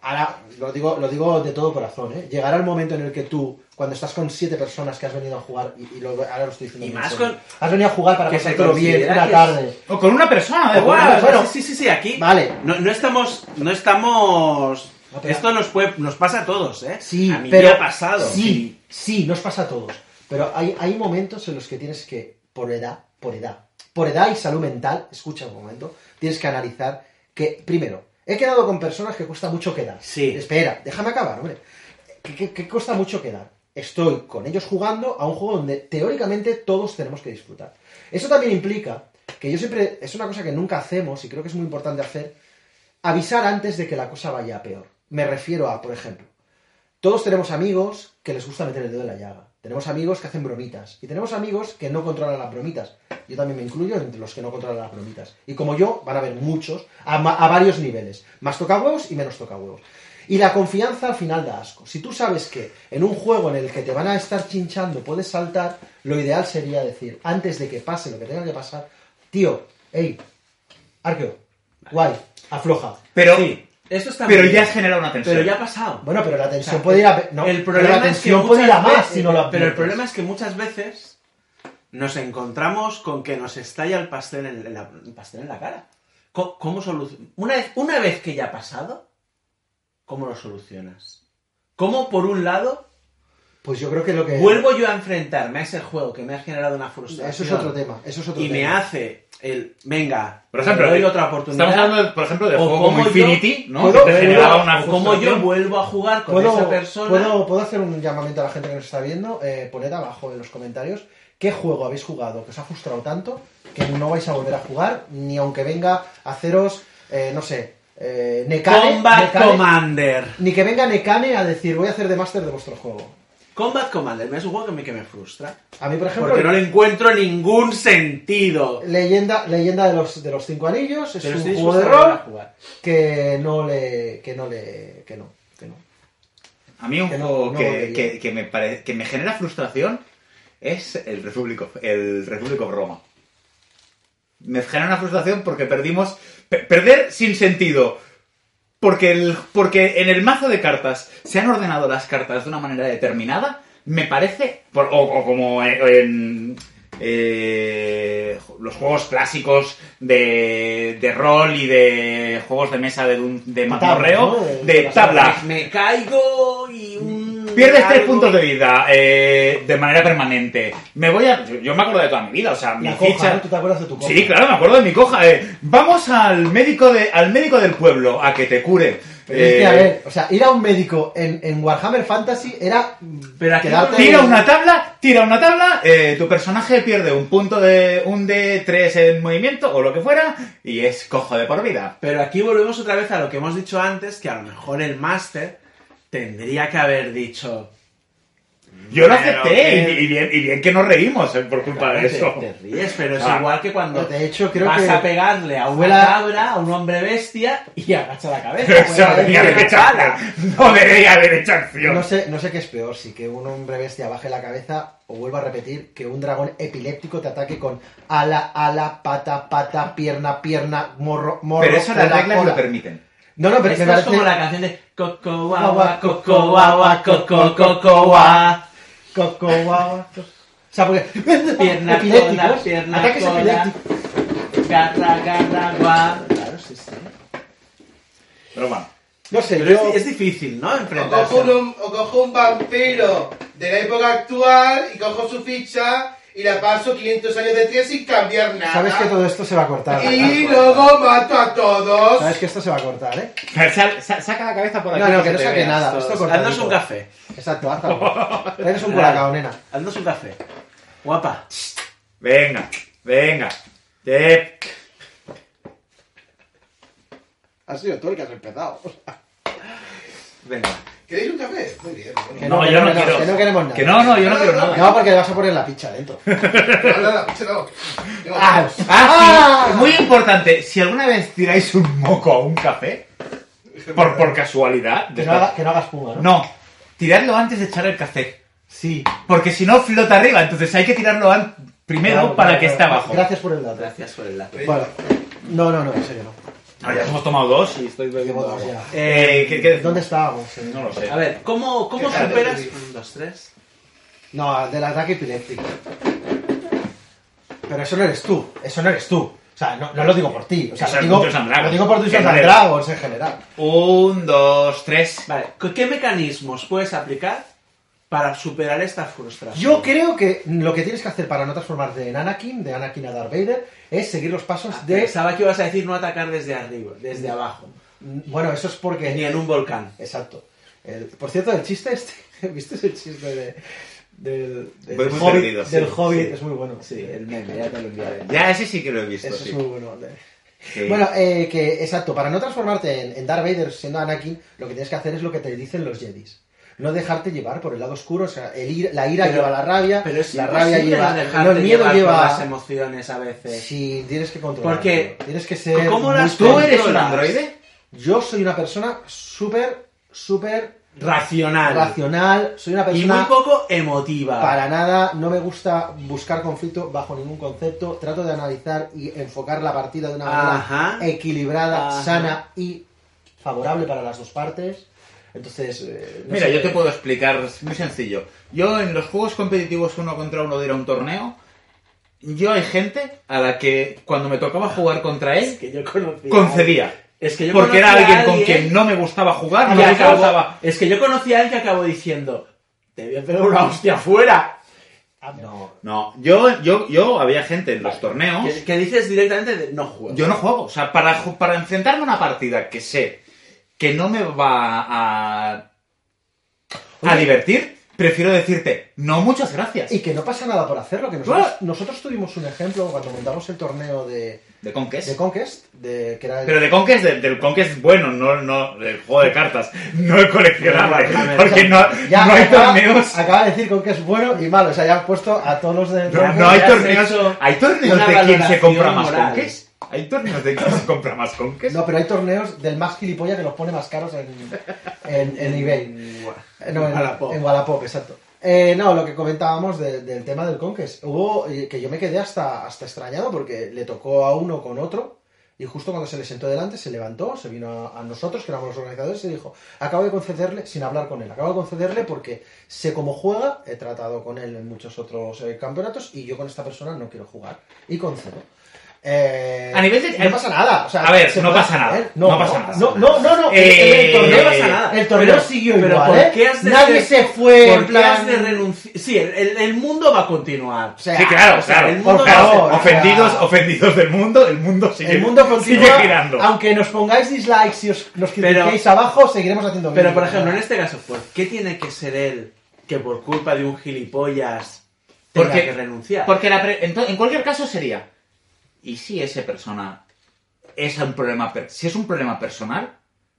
B: Ahora, lo digo, lo digo de todo corazón, ¿eh? Llegar al momento en el que tú, cuando estás con siete personas que has venido a jugar, y, y lo- ahora lo estoy diciendo.
A: Y
B: muy
A: más
B: en serio,
A: con-
B: Has venido a jugar para
A: que se
B: pasártelo bien
A: considera
B: una
A: que es-
B: tarde.
C: O con una persona, da
B: O con
C: igual.
B: una- bueno.
A: sí, sí, sí, sí, aquí.
B: Vale.
A: No, no estamos. No estamos.
B: No, pero-
A: Esto nos, puede, nos pasa a todos, ¿eh?
B: Sí,
A: a mí
B: pero
A: me ha pasado.
B: Sí, sí, nos pasa a todos. Pero hay, hay momentos en los que tienes que, por edad, por edad, por edad y salud mental, escucha un momento, tienes que analizar que, primero, he quedado con personas que cuesta mucho quedar.
A: Sí.
B: Espera, déjame acabar, hombre. Que, que- que cuesta mucho quedar. Estoy con ellos jugando a un juego donde teóricamente todos tenemos que disfrutar. Eso también implica que yo siempre, es una cosa que nunca hacemos y creo que es muy importante hacer, avisar antes de que la cosa vaya a peor. Me refiero a, por ejemplo, todos tenemos amigos que les gusta meter el dedo en la llaga. Tenemos amigos que hacen bromitas. Y tenemos amigos que no controlan las bromitas. Yo también me incluyo entre los que no controlan las bromitas. Y como yo, van a haber muchos, a, ma- a varios niveles. Más toca huevos y menos toca huevos. Y la confianza al final da asco. Si tú sabes que en un juego en el que te van a estar chinchando puedes saltar, lo ideal sería decir, antes de que pase lo que tenga que pasar, tío, hey, Arqueo, guay, afloja.
C: Pero,
A: Sí, Esto está
C: pero
A: muy
C: ya
A: bien.
C: has generado una tensión.
A: Pero ya ha pasado.
B: Bueno, pero la tensión
A: O sea,
B: puede ir a... no,
A: el
B: pero
A: problema
B: la tensión
A: es que
B: puede ir a
A: muchas
B: más si
A: veces-
B: no la
A: Pero el
B: aprietas.
A: problema es que muchas veces nos encontramos con que nos estalla el pastel en, en la, el pastel en la cara. Co- ¿Cómo, solucionas? Una vez, una vez que ya ha pasado, ¿cómo lo solucionas? ¿Cómo, por un lado,
B: Pues yo creo que lo que...
A: vuelvo yo a enfrentarme a ese juego que me ha generado una frustración?
B: Eso es otro tema, eso es otro
A: Y
B: tema.
A: me hace el, venga,
C: Por ejemplo, eh,
A: le doy otra oportunidad.
C: Estamos hablando, de, por ejemplo, de
A: O
C: juego
A: cómo
C: como
A: yo-
C: Infinity, ¿no?
B: puedo-
C: Que te
B: puedo-
C: generaba una
A: o como yo
C: frustración.
A: vuelvo a jugar con
B: ¿Puedo,
A: esa persona.
B: ¿puedo, puedo hacer un llamamiento a la gente que nos está viendo? Eh, poned abajo en los comentarios qué juego habéis jugado que os ha frustrado tanto que no vais a volver a jugar, ni aunque venga a haceros, eh, no sé, eh, Nekane,
A: Combat
B: Nekane-
A: Commander.
B: Ni que venga Nekane a decir, voy a hacer de máster de vuestro juego.
A: Combat Commander es un juego que me, que me frustra.
B: A mí, por ejemplo,
A: Porque no le encuentro ningún sentido.
B: leyenda, leyenda de los de los cinco anillos, es
A: Pero
B: un
A: estoy
B: juego de
A: dispuesto a volver
B: rol
A: a jugar.
B: que no le, que no le, que no, que no.
C: A mí un
B: que no-
C: juego
B: no
C: que,
B: volvería.
C: que- que me pare- que me genera frustración es el Republic of, el Republic of Roma. Me genera una frustración porque perdimos... pe- perder sin sentido. Porque, el- porque en el mazo de cartas se han ordenado las cartas de una manera determinada, me parece... por- o, o como en... en, eh, los juegos clásicos de, de rol y de juegos de mesa de, dun- de mazmorreo,
B: ¿no? De-
C: de
B: las
C: tabla.
A: Me, me caigo y un.
C: Pierdes tres
A: algo-
C: puntos de vida eh, de manera permanente. Me voy a. Yo, yo me acuerdo de toda mi vida, o sea, mi
B: La coja,
C: ficha.
B: ¿no? ¿Tú te acuerdas de tu coja?
C: Sí, claro, me acuerdo de mi coja. eh. Vamos al médico de, al médico del pueblo a que te cure.
B: Pero es
C: Eh,
B: que, a ver, o sea, ir a un médico en, en Warhammer Fantasy era
A: Pero aquí
B: quedarte...
C: Tira una tabla, tira una tabla, eh, tu personaje pierde un punto de un de 3 en movimiento o lo que fuera y es cojo de por vida.
A: Pero aquí volvemos otra vez a lo que hemos dicho antes: que a lo mejor el máster tendría que haber dicho.
C: Yo lo
A: Pero
C: acepté y,
A: que-
C: y bien, y bien que nos reímos eh, por culpa de
A: Te-
C: eso.
A: Te, ríes, pero es
C: Ah. (laughs)
A: igual que cuando
B: De hecho, creo
A: vas
B: que-
A: a pegarle a una
B: Vuela-
A: cabra, a un hombre bestia y agacha la cabeza.
C: (laughs) Eso debería haber hecho acción. No debería haber hecho acción.
B: No sé, no sé qué es peor, si que un hombre bestia baje la cabeza o vuelvo a repetir que un dragón epiléptico te ataque con ala, ala, pata, pata, pierna, pierna, morro, morro,
C: Pero eso las
B: cola,
C: reglas
B: cola.
C: lo permiten.
B: No, no, pero
A: Esto
B: me
A: es
B: parece-
A: como la canción de Coco guagua, coco guagua, coco coco guagua.
B: Coco, guagua, co- O
A: (laughs)
B: sea, porque...
A: Pierna cola,
B: Epilépticos,
A: pierna
B: ataques
A: cola.
B: epilépticos.
A: Garra, garra, guau. Claro, sí, sí.
C: Pero bueno.
B: No sé,
A: Pero
B: yo...
A: es, es difícil, ¿no?
H: O cojo,
A: Enfrentarse.
H: un, o cojo un vampiro de la época actual y cojo su ficha y la paso 500 años de tía sin cambiar nada.
B: Sabes que todo esto se va a cortar. ¿verdad?
H: Y luego mato a todos.
B: Sabes que esto se va a cortar, ¿eh?
C: Sa- sa- saca la cabeza por aquí.
B: No, no, que
C: se
B: no
C: te
B: saque
C: vea.
B: nada. Esto
A: Todos.
B: cortadito.
A: Haznos un café.
B: Exacto, hazlo. Eres un
A: Claro.
B: colacao, nena.
A: Haznos un café. Guapa.
C: Venga, venga. Tep.
B: Has sido tú el que has empezado.
C: Venga.
H: ¿Queréis un café? Muy bien. bueno.
B: Que
C: No, yo no
B: que
C: quiero.
B: Que no queremos nada.
C: Que no, no, yo no quiero nada.
B: No, porque le vas a poner la picha
C: (laughs)
B: dentro. (laughs)
H: No, nada, no. No.
B: ¡Ah!
C: Ah, sí,
B: ¡Ah!
C: muy importante. Si alguna vez tiráis un moco a un café, por, por casualidad,
B: Que no, haga- que no hagas puma, ¿no?
C: no, tiradlo antes de echar el café.
B: Sí.
C: Porque si no, flota arriba. Entonces hay que tirarlo an- primero
B: Claro,
C: para
B: claro,
C: que
B: claro.
C: esté abajo.
B: Gracias por el dato.
A: Gracias por el enlace.
B: Vale. No, no, no, en serio no.
C: Ahora ya hemos tomado dos y estoy bebiendo
B: Llevo dos
C: agua.
B: ya.
C: Eh, ¿qué- qué-
B: ¿Dónde estábamos?
C: No lo sé.
A: A ver, ¿cómo, cómo
H: ¿Qué tal,
A: superas?
H: Luis?
A: Un, dos, tres.
B: No, del ataque epiléptico. Pero eso no eres tú, eso no eres tú. O sea, no, no lo digo por ti. O sea,
C: Eso
B: lo
C: es
B: digo,
C: Dungeons and Dragons.
B: lo digo por tus
C: Que no
B: and
C: eres.
B: Dragons en general.
C: Un, dos, tres.
A: Vale, ¿qué- ¿qué mecanismos puedes aplicar para superar esta frustración?
B: Yo creo que lo que tienes que hacer para no transformarte en Anakin, de Anakin a Darth Vader, es seguir los pasos
A: Ah,
B: de...
A: Pensaba que ibas a decir no atacar desde arriba, desde abajo,
B: Bueno, eso es porque...
A: ni en un volcán.
B: Exacto. El- por cierto, el chiste este... (laughs) ¿Viste ese chiste de... Del, del
C: Voy muy
B: Hobbit,
C: perdido, sí,
B: del Hobbit?
C: sí.
B: es muy bueno.
A: Sí, el meme, ya te lo enviaré.
C: Ya, ese sí que lo he visto.
B: Eso
C: sí.
B: es muy bueno. de-
C: Sí.
B: Bueno, eh, que exacto, para no transformarte en, en Darth Vader siendo Anakin, lo que tienes que hacer es lo que te dicen los Jedis. No dejarte llevar por el lado oscuro, o sea, el ir- la ira
A: Pero-
B: lleva a la rabia,
A: Pero es
B: la rabia
A: imposible
B: lleva,
A: no dejarte
B: no, el miedo
A: llevar por
B: lleva
A: las emociones a veces.
B: si tienes que controlar.
A: Porque-
B: tienes que ser
A: ¿Cómo
B: muy
A: las
B: tú-
C: ¿Tú eres un
A: controlas?
C: androide?
B: Yo soy una persona súper súper
A: Racional.
B: racional, soy una
A: Y muy
B: persona
A: poco emotiva.
B: para nada, no me gusta buscar conflicto bajo ningún concepto, trato de analizar y enfocar la partida de una manera
A: Ajá.
B: equilibrada,
A: Ajá.
B: sana y favorable para las dos partes. Entonces, eh, no
C: Mira,
B: sé,
C: yo te puedo explicar, es muy sencillo. Yo en los juegos competitivos uno contra uno de ir a un torneo, yo hay gente a la que cuando me tocaba jugar contra
A: Es
C: él,
A: que yo conocía.
C: concedía.
A: Es que yo
C: Porque era
A: conocí a
C: alguien con quien no me gustaba jugar, no
A: que
C: me
A: acabó-
C: gustaba...
A: Es que yo conocí a él que acabó diciendo: Te voy a pegar una hostia afuera.
B: No,
C: No, yo, yo, yo había gente en los torneos
A: Que, que dices directamente: de, No juego.
C: Yo no juego. O sea, para, ju- para enfrentarme a una partida que sé que no me va a, a divertir, prefiero decirte, no, muchas gracias.
B: y que no pasa nada por hacerlo. Que nosotros,
C: Claro.
B: nosotros tuvimos un ejemplo cuando montamos el torneo de,
C: ¿De Conquest?
B: de Conquest, de, que era el-
C: Pero de Conquest, de- del Conquest bueno, no, no del juego de cartas, no el coleccionable.
A: Bueno, a ver,
C: porque no,
B: Ya
C: no hay
B: acaba,
C: torneos.
B: acaba de decir Conquest bueno y malo. O sea, ya han puesto a todos los de.
C: No,
A: ya
C: no hay
A: has
C: torneos.
A: hecho
C: Hay
A: una
C: torneos de quien se
A: valoración
C: compra más
A: moral.
C: Conquest. Hay torneos de quien se compra más Conquest.
B: No, pero hay torneos del más gilipollas que los pone más caros en, en, en eBay. Eh, No, en,
A: Wallapop.
B: en Wallapop, exacto. Eh, no, lo que comentábamos de- del tema del Conquest. Hubo eh, que yo me quedé hasta, hasta extrañado porque le tocó a uno con otro y justo cuando se le sentó delante se levantó, se vino a, a nosotros, que éramos los organizadores, y dijo, acabo de concederle, sin hablar con él, acabo de concederle porque sé cómo juega, he tratado con él en muchos otros eh, campeonatos y yo con esta persona no quiero jugar. Y concedo. Eh,
C: A nivel de-
B: No pasa nada. o sea,
C: A ver,
B: se
C: no
B: puede
C: pasa nada,
B: hacer.
C: no pasa nada.
B: No, no, no. no, el,
C: Eh,
B: el torneo
C: no pasa
A: nada.
B: El torneo
A: Pero-
B: siguió
A: pero
B: igual,
A: ¿por
B: ¿eh?
A: qué has de
B: Nadie
A: ser-
B: se fue
A: ¿Por
B: en
A: qué
B: plan...
A: has de renunciar? Sí, el, el mundo va a continuar.
B: O sea,
C: sí, claro,
A: o sea,
C: claro.
A: el mundo
C: Claro,
B: no se-
C: ofendidos,
B: o sea-
C: ofendidos del mundo, el mundo sigue,
B: El mundo continúa,
C: sigue girando.
B: aunque nos pongáis dislikes y os, nos
A: Pero-
B: critiquéis abajo, seguiremos haciendo
A: Pero,
B: vídeos.
A: por ejemplo, en este caso, ¿por qué tiene que ser él que por culpa de un gilipollas tenga
C: Porque-
A: que renunciar?
C: Porque la pre- ento- en cualquier caso sería, ¿y si esa persona es un problema, per- si es un problema personal?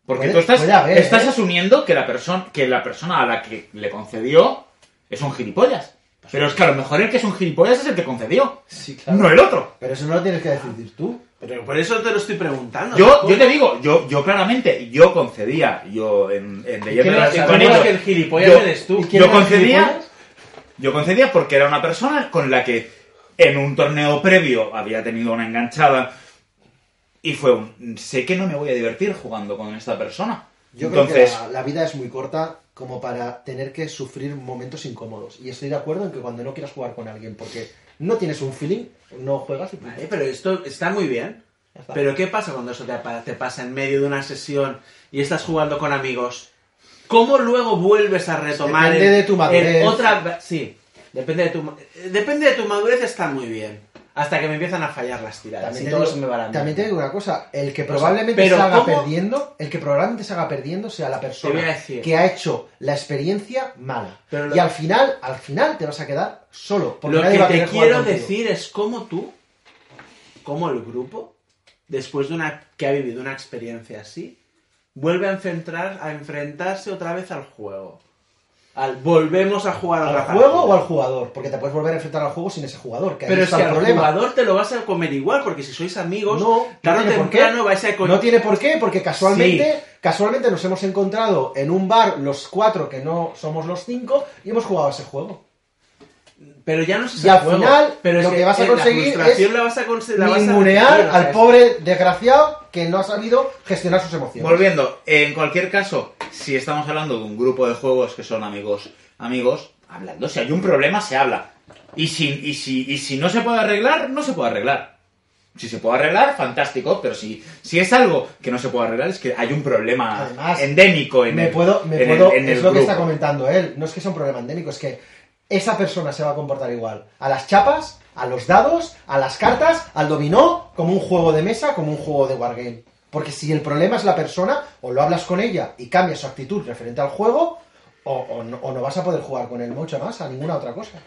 C: Porque
B: Puede-
C: tú estás,
B: puede haber,
C: estás
B: ¿eh?
C: asumiendo que la, persona que la persona a la que le concedió es un gilipollas. Pero es que a lo mejor el que es un gilipollas es el que concedió,
B: Sí, claro.
C: no el otro.
B: Pero eso no lo tienes que decidir tú.
A: Pero por eso te lo estoy preguntando.
C: Yo,
A: tampoco.
C: yo te digo, yo, yo claramente, yo concedía, yo en, en
B: que
C: Leyenda de
A: Pero
C: los
B: las
C: Cinco
A: sabemos
C: Anillos,
A: que el gilipollas
C: yo-
A: eres tú.
B: ¿Y quién era
C: yo
B: el
C: concedía-
B: gilipollas?
C: Yo concedía porque era una persona con la que en un torneo previo había tenido una enganchada y fue un sé que no me voy a divertir jugando con esta persona.
B: Yo
C: Entonces,
B: creo que la, la vida es muy corta como para tener que sufrir momentos incómodos. Y estoy de acuerdo en que cuando no quieras jugar con alguien porque no tienes un feeling, no juegas y punto.
A: Vale, pero esto está muy bien.
B: Ya está.
A: Pero ¿qué pasa cuando eso te, apa- te pasa en medio de una sesión y estás jugando con amigos? ¿Cómo luego vuelves a retomar
B: Depende de tu madurez.
A: el otra, sí, depende de tu ma- eh, depende de tu madurez está muy bien. Hasta que me empiezan a fallar las tiradas.
B: También,
A: y
B: te
A: todo
B: digo,
A: se me va a la
B: también te
A: mierda.
B: digo una cosa, el que
A: sea,
B: probablemente
A: pero
B: se haga
A: ¿cómo?
B: perdiendo, el que probablemente se haga perdiendo sea la
A: Te voy a
B: persona
A: decir.
B: que ha hecho la experiencia mala.
A: Pero lo-
B: Y al final, al final te vas a quedar solo. Porque
A: Lo
B: nadie
A: que
B: va a
A: te
B: querer jugar
A: quiero
B: contigo.
A: decir es cómo tú, cómo el grupo, después de una que ha vivido una experiencia así, vuelve a enfrentar, a enfrentarse otra vez al juego. Al volvemos a jugar
B: ¿Al
A: otra
B: juego o
A: partida.
B: al jugador? Porque te puedes volver a enfrentar al juego sin ese jugador. Que ahí
A: Pero es
B: está
A: que
B: el
A: al
B: problema.
A: jugador te lo vas a comer igual, porque si sois amigos,
B: No,
A: tarde
B: no
A: o
B: tiene por
A: temprano
B: qué.
A: vais a
B: No tiene por qué, porque casualmente, casualmente nos hemos encontrado en un bar los cuatro que no somos los cinco y hemos jugado a ese juego.
A: Pero ya no se
B: Y al final, lo que vas a conseguir
A: la frustración
B: es
A: la vas a conseguir.
B: Ningunear al pobre desgraciado que no ha sabido gestionar sus emociones.
C: Volviendo, en cualquier caso, si estamos hablando de un grupo de juegos que son amigos, amigos, hablando, si hay un problema, se habla. Y si, y si, y si no se puede arreglar, no se puede arreglar. Si se puede arreglar, fantástico, pero si, si es algo que no se puede arreglar, es que hay un problema
B: Además,
C: endémico en
B: me
C: el
B: puedo, me
C: en el-
B: puedo,
C: en el
B: es lo que
C: grupo.
B: está comentando él. No es que sea un problema endémico, es que esa persona se va a comportar igual. A las chapas, a los dados, a las cartas, al dominó, como un juego de mesa, como un juego de wargame. Porque si el problema es la persona, o lo hablas con ella y cambias su actitud referente al juego, o, o no, o no vas a poder jugar con él mucho más a ninguna otra cosa.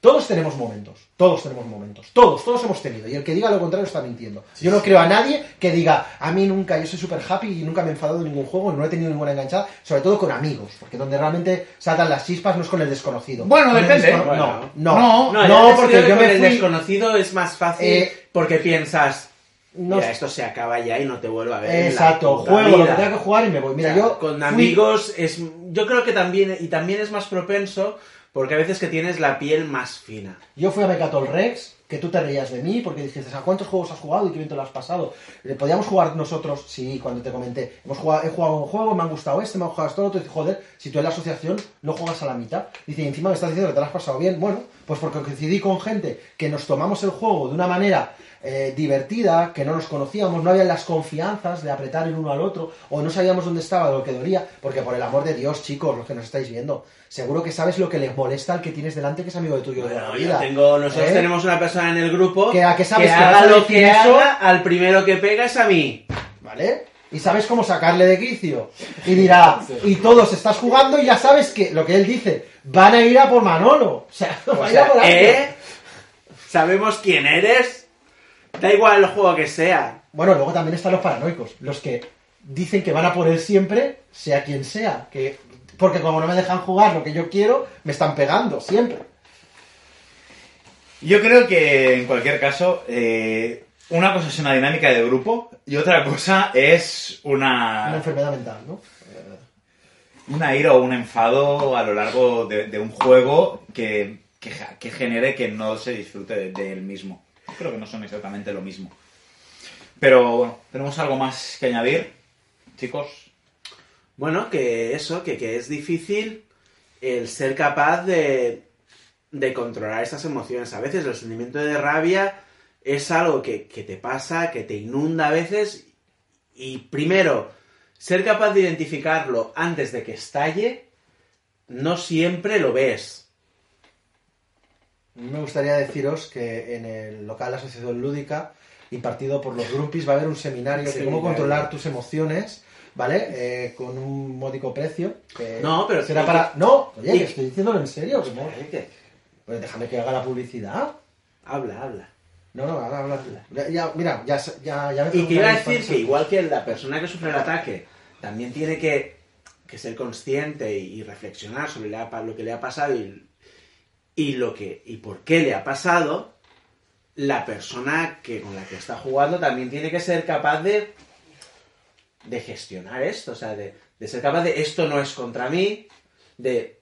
B: Todos tenemos momentos, todos tenemos momentos, todos, todos hemos tenido. Y el que diga lo contrario está mintiendo. Yo no creo a nadie que diga, a mí nunca, yo soy super happy y nunca me he enfadado en ningún juego, no he tenido ninguna enganchada, sobre todo con amigos, porque donde realmente saltan las chispas no es con el desconocido.
C: Bueno,
B: Con el
C: depende,
B: descono-
A: bueno.
B: No,
C: No,
B: no, no,
A: No,
B: porque yo me
A: el
B: fui...
A: desconocido es más fácil
B: Eh,
A: porque piensas,
B: no
A: mira,
B: sé.
A: esto se acaba ya y no te vuelvo a ver. en la
B: Exacto,
A: puta
B: juego lo que
A: vida".
B: tenga que jugar y me voy. Mira,
A: O sea,
B: yo
A: con
B: fui-
A: amigos es yo creo que también y también es más propenso porque a veces que tienes la piel más fina.
B: Yo fui a Mecatol Rex, que tú te reías de mí porque dijiste, ¿a cuántos juegos has jugado y qué bien te lo has pasado? Le podíamos jugar nosotros, sí, cuando te comenté, hemos jugado, he jugado un juego, me han gustado este, me han jugado esto, lo otro, y dice, joder, si tú en la asociación no juegas a la mitad. Dice, y encima me estás diciendo que te lo has pasado bien. Bueno, pues porque coincidí con gente que nos tomamos el juego de una manera eh, divertida, que no nos conocíamos, no había las confianzas de apretar el uno al otro, o no sabíamos dónde estaba lo que dolía, porque por el amor de Dios, chicos, los que nos estáis viendo, seguro que sabes lo que les molesta al que tienes delante que es amigo de tuyo de la
A: Bueno,
B: vida.
A: yo tengo, nosotros
B: ¿Eh?
A: tenemos una persona en el grupo
B: Que a que sabes que
A: haga
B: vas a
A: lo
B: decir
A: que
B: eso.
A: haga, al primero que pega es a mí.
B: ¿Vale? Y sabes cómo sacarle de quicio.
A: (laughs)
B: Y dirá, y todos estás jugando y ya sabes que lo que él dice, van a ir a por Manolo. (laughs) O sea, van
A: O
B: a ir a
A: sea,
B: por alguien.
A: ¿eh? Sabemos quién eres. Da igual el juego que sea.
B: Bueno, luego también están los paranoicos, los que dicen que van a por él siempre, sea quien sea. que Porque como no me dejan jugar lo que yo quiero, me están pegando siempre.
C: Yo creo que en cualquier caso, eh, una cosa es una dinámica de grupo y otra cosa es
B: Una
C: una,
B: enfermedad mental, ¿no?
C: una ira o un enfado a lo largo de, de un juego que, que, ja- que genere que no se disfrute de, de él mismo. Creo que no son exactamente lo mismo. Pero bueno, ¿tenemos algo más que añadir, chicos?
A: Bueno, que eso, que, que es difícil el ser capaz de, de controlar estas emociones. A veces el sentimiento de rabia es algo que, que te pasa, que te inunda a veces. Y primero, ser capaz de identificarlo antes de que estalle, no siempre lo ves.
B: Me gustaría deciros que en el local Asociación Lúdica, impartido por los Groupies, va a haber un seminario de cómo
A: Seminario.
B: controlar tus emociones, ¿vale? Eh, con un módico precio. que
A: No, pero-
B: Será para... No, oye,
A: Sí.
B: que estoy diciéndolo en serio. que no.
A: Gente,
B: Pues déjame que haga la publicidad.
A: Habla, habla.
B: No, no, ahora habla. Ya, ya, mira, ya, se- ya, ya me
A: Y que iba a
B: preguntaréis
A: decir
B: para
A: que
B: eso.
A: igual que la persona que sufre el ataque también tiene que, que ser consciente y, y reflexionar sobre la- lo que le ha pasado y, y lo que y por qué le ha pasado, la persona que con la que está jugando también tiene que ser capaz de de gestionar esto, o sea, de, de ser capaz de esto no es contra mí, de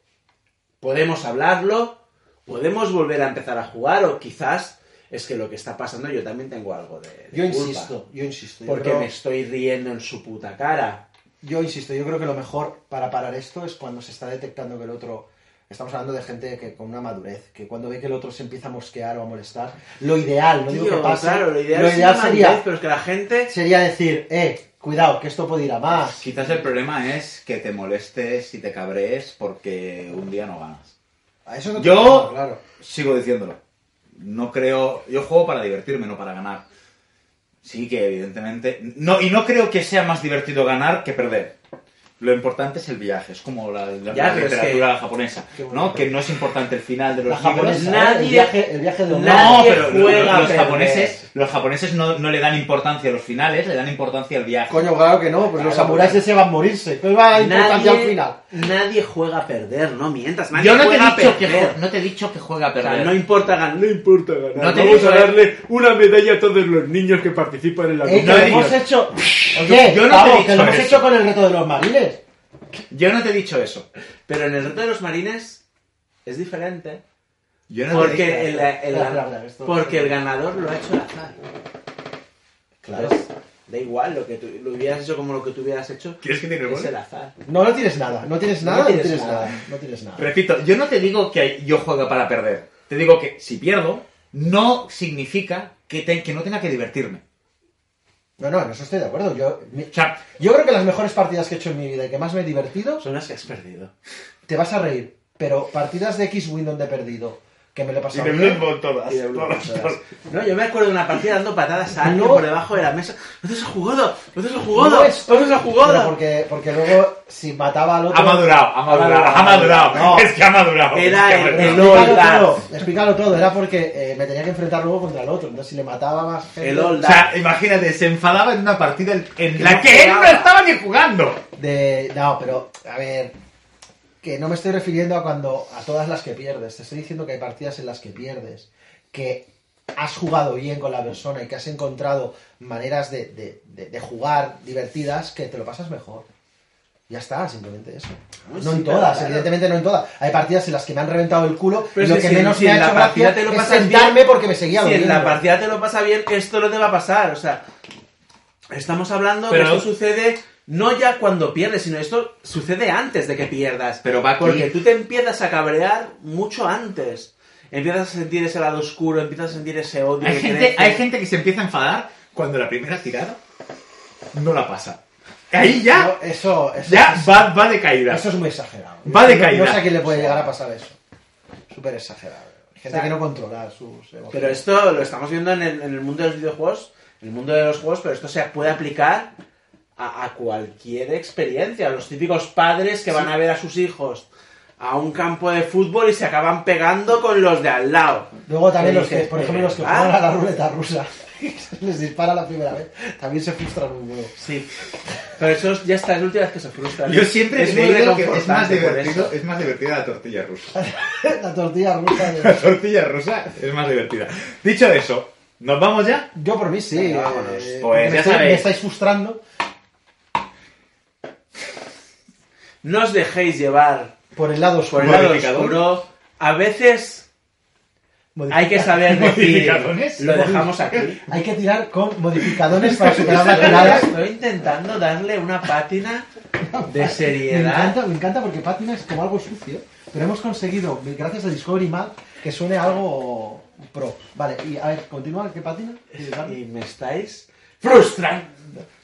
A: podemos hablarlo, podemos volver a empezar a jugar o quizás es que lo que está pasando yo también tengo algo de, de
B: Yo
A: culpa.
B: insisto, yo insisto. yo
A: Porque
B: creo-
A: me estoy riendo en su puta cara.
B: Yo insisto, yo creo que lo mejor para parar esto es cuando se está detectando que el otro. Estamos hablando de gente que con una madurez, que cuando ve que el otro se empieza a mosquear o a molestar, lo ideal, no digo
A: Tío,
B: que pase,
A: claro, lo ideal, es una
B: sería,
A: madurez, pero es que la gente...
B: sería decir, eh, cuidado, que esto puede ir a más.
C: Quizás el problema es que te molestes y te cabrees porque un día no ganas.
B: A Eso no
C: Yo-
B: claro.
C: sigo diciéndolo. No creo. Yo juego para divertirme, no para ganar. Sí que, evidentemente. No, y no creo que sea más divertido ganar que perder. Lo importante es el viaje, es como la, la-
A: Ya,
C: la
A: pero es
C: literatura japonesa,
B: Qué bueno.
C: ¿no? Que no es importante el final de
B: La
C: los libros.
B: japonesa,
A: nadie-
B: ¿eh? el viaje, el viaje de los
C: No,
A: nadie
C: pero lo-
A: juega
C: lo-
A: a
C: los
A: perder.
C: japoneses, los japoneses no, no le dan importancia a los finales, le dan importancia al viaje.
B: Coño, claro que no, pues los samuráis ese van a morirse, pues va a importancia al
A: Nadie,
B: final.
A: nadie juega a perder, no mientas. Nadie
C: Yo no te, he
A: juega a
C: dicho que,
A: perder.
C: jue- no te he dicho que juega a
A: O sea,
C: perder.
A: no importa ganar, no importa ganar.
C: No te
A: Vamos
C: digo,
A: a
C: eh.
A: darle una medalla a todos los niños que participan en la
B: Eh, que
C: no
B: lo
C: he
B: hemos
C: dicho-
B: hecho. Oye,
C: yo no te he
B: Pablo,
C: dicho
B: que lo hemos
C: eso.
B: hecho con el reto de los marines.
C: Yo no te he dicho eso.
A: Pero en el reto de los marines es diferente.
C: Yo no te dije-
A: Porque el, el-
B: Espera, espera, espera, esto-
A: porque el ganador lo ha hecho al azar.
B: Claro.
A: Entonces, Da igual, lo que tú, lo hubieras hecho como lo que tú hubieras hecho
C: ¿Quieres que te
A: es
C: regole?
A: el azar.
B: No, no tienes nada. No tienes nada, no tienes, nada. No tienes nada.
C: Repito, yo no te digo que yo juego para perder. Te digo que si pierdo, no significa que, te- que no tenga que divertirme.
B: No, no, en eso estoy de acuerdo. Yo, mi-
C: O sea,
B: yo creo que las mejores partidas que he hecho en mi vida y que más me he divertido,
A: Son las que has perdido.
B: te vas a reír. Pero partidas de X-Win donde he perdido, que me lo he pasado bien,
C: todas.
A: Y (laughs) de Blue Box. No, yo me acuerdo de una partida dando patadas a alguien
B: No.
A: por debajo de la mesa. ¡No te has jugado! ¡No te has jugado!
B: No es-
A: ¡No te has
B: Pero
A: jugado!
B: porque, porque luego, si mataba al otro...
C: Ha madurado, ha madurado, ha madurado.
A: No.
C: Es que ha madurado.
A: Era
C: es que ha
A: el-
C: madurado.
A: el-
B: Explícalo
A: Old Dad.
B: todo, explícalo todo. Era porque eh, me tenía que enfrentar luego contra el otro. Entonces, si le mataba más gente...
A: El old
C: O sea, imagínate, se enfadaba en una partida en- en la
A: no
C: que él no
A: jugaba.
C: estaba ni jugando.
B: De... No, pero, a ver... Que no me estoy refiriendo a cuando... A todas las que pierdes. Te estoy diciendo que hay partidas en las que pierdes. Que has jugado bien con la persona y que has encontrado maneras de, de- de- de jugar divertidas que te lo pasas mejor. Ya está, simplemente eso.
A: No,
B: No
A: sí,
B: en
A: pero
B: todas,
A: claro.
B: evidentemente no en todas. Hay partidas en las que me han reventado el culo
A: Pero
B: y lo
A: si-
B: que
A: si-
B: menos
A: si
B: me ha
A: en la
B: hecho
A: partida
B: gracia
A: te lo
B: es
A: pasas bien,
B: sentarme porque me seguía
A: Si en
B: doliendo.
A: la partida te lo pasa bien, esto no te va a pasar. O sea, estamos hablando
C: Pero-
A: que esto sucede no ya cuando pierdes, sino esto sucede antes de que pierdas.
C: Pero va aquí.
A: Porque tú te empiezas a cabrear mucho antes. Empiezas a sentir ese lado oscuro, empiezas a sentir ese odio.
C: Hay
A: que
C: gente,
A: crece.
C: hay gente que se empieza a enfadar cuando la primera tirada no la pasa. Ahí ya,
B: No, eso, eso,
C: ya
B: es,
C: va, va de caída.
B: eso es muy exagerado.
C: Va de
B: No-
C: caída.
B: No sé a quién le puede llegar a pasar eso. Súper exagerado. Gente
A: Claro.
B: que no controla sus emociones.
A: Pero esto lo estamos viendo en el, en el mundo de los videojuegos, en el mundo de los juegos, pero esto se puede aplicar a, a cualquier experiencia. Los típicos padres que van a ver a sus hijos a un campo de fútbol y se acaban pegando con los de al lado.
B: Luego también
A: Que
B: los que,
A: dices,
B: por ejemplo, los que
A: "Ah".
B: juegan a la ruleta rusa, (laughs) les dispara la primera vez, también se frustran un huevo. (laughs)
A: Sí. Pero eso ya está, es la última vez que se frustran.
C: Yo siempre
A: Es
C: te
A: muy
C: digo que es más,
A: reconfortante por
C: divertido,
A: eso.
C: es más divertida la tortilla rusa. (laughs)
B: la tortilla rusa.
C: La
B: de-
C: tortilla rusa es más divertida. Dicho eso, ¿nos vamos ya?
B: Yo por mí sí.
A: Venga, vámonos.
B: eh,
C: Pues
B: me
C: ya
B: estoy-
C: sabéis.
B: Me estáis frustrando
A: No os dejéis llevar
B: por el lado
A: por
B: oscuro.
A: el lado
C: Modificador.
A: oscuro. A veces hay que saber decir,
C: Modificadores.
A: lo
B: (laughs)
A: dejamos aquí.
B: Hay que tirar con modificadores para superar
C: (laughs)
B: las tiradas.
A: Estoy intentando darle una pátina de
B: Me
A: seriedad.
B: encanta, me encanta porque pátina es como algo sucio, pero hemos conseguido, gracias a Discovery Map, que suene algo pro. Vale, y a ver, continúa, ¿qué pátina?
A: Y me estáis frustrando.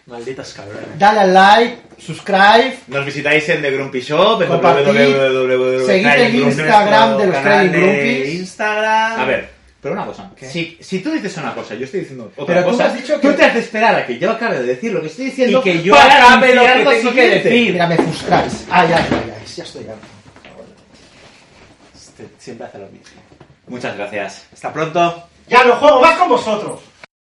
A: Malditas cabrones.
B: Dale al like, subscribe,
C: Nos visitáis en The Grumpy Shop, en
B: Compartid,
C: www.com.
B: seguid en Instagram de los
A: Canal
B: Trading
A: de
B: Groupies.
A: Instagram.
C: A ver, pero una cosa. Si, si tú dices una cosa, yo estoy diciendo otra
B: Pero tú
C: cosa,
B: has dicho que-
C: tú te has de esperar a que yo acabe de decir lo que estoy diciendo
A: Y que yo
C: para
A: acabe lo
C: anunciar
A: que tengo que
C: siguiente.
A: decir.
B: Mira, me frustráis. Ah, ya, ya, ya, ya estoy harto.
A: Este Siempre hace lo mismo.
C: Muchas gracias.
A: Hasta pronto.
B: Ya no juego más con vosotros.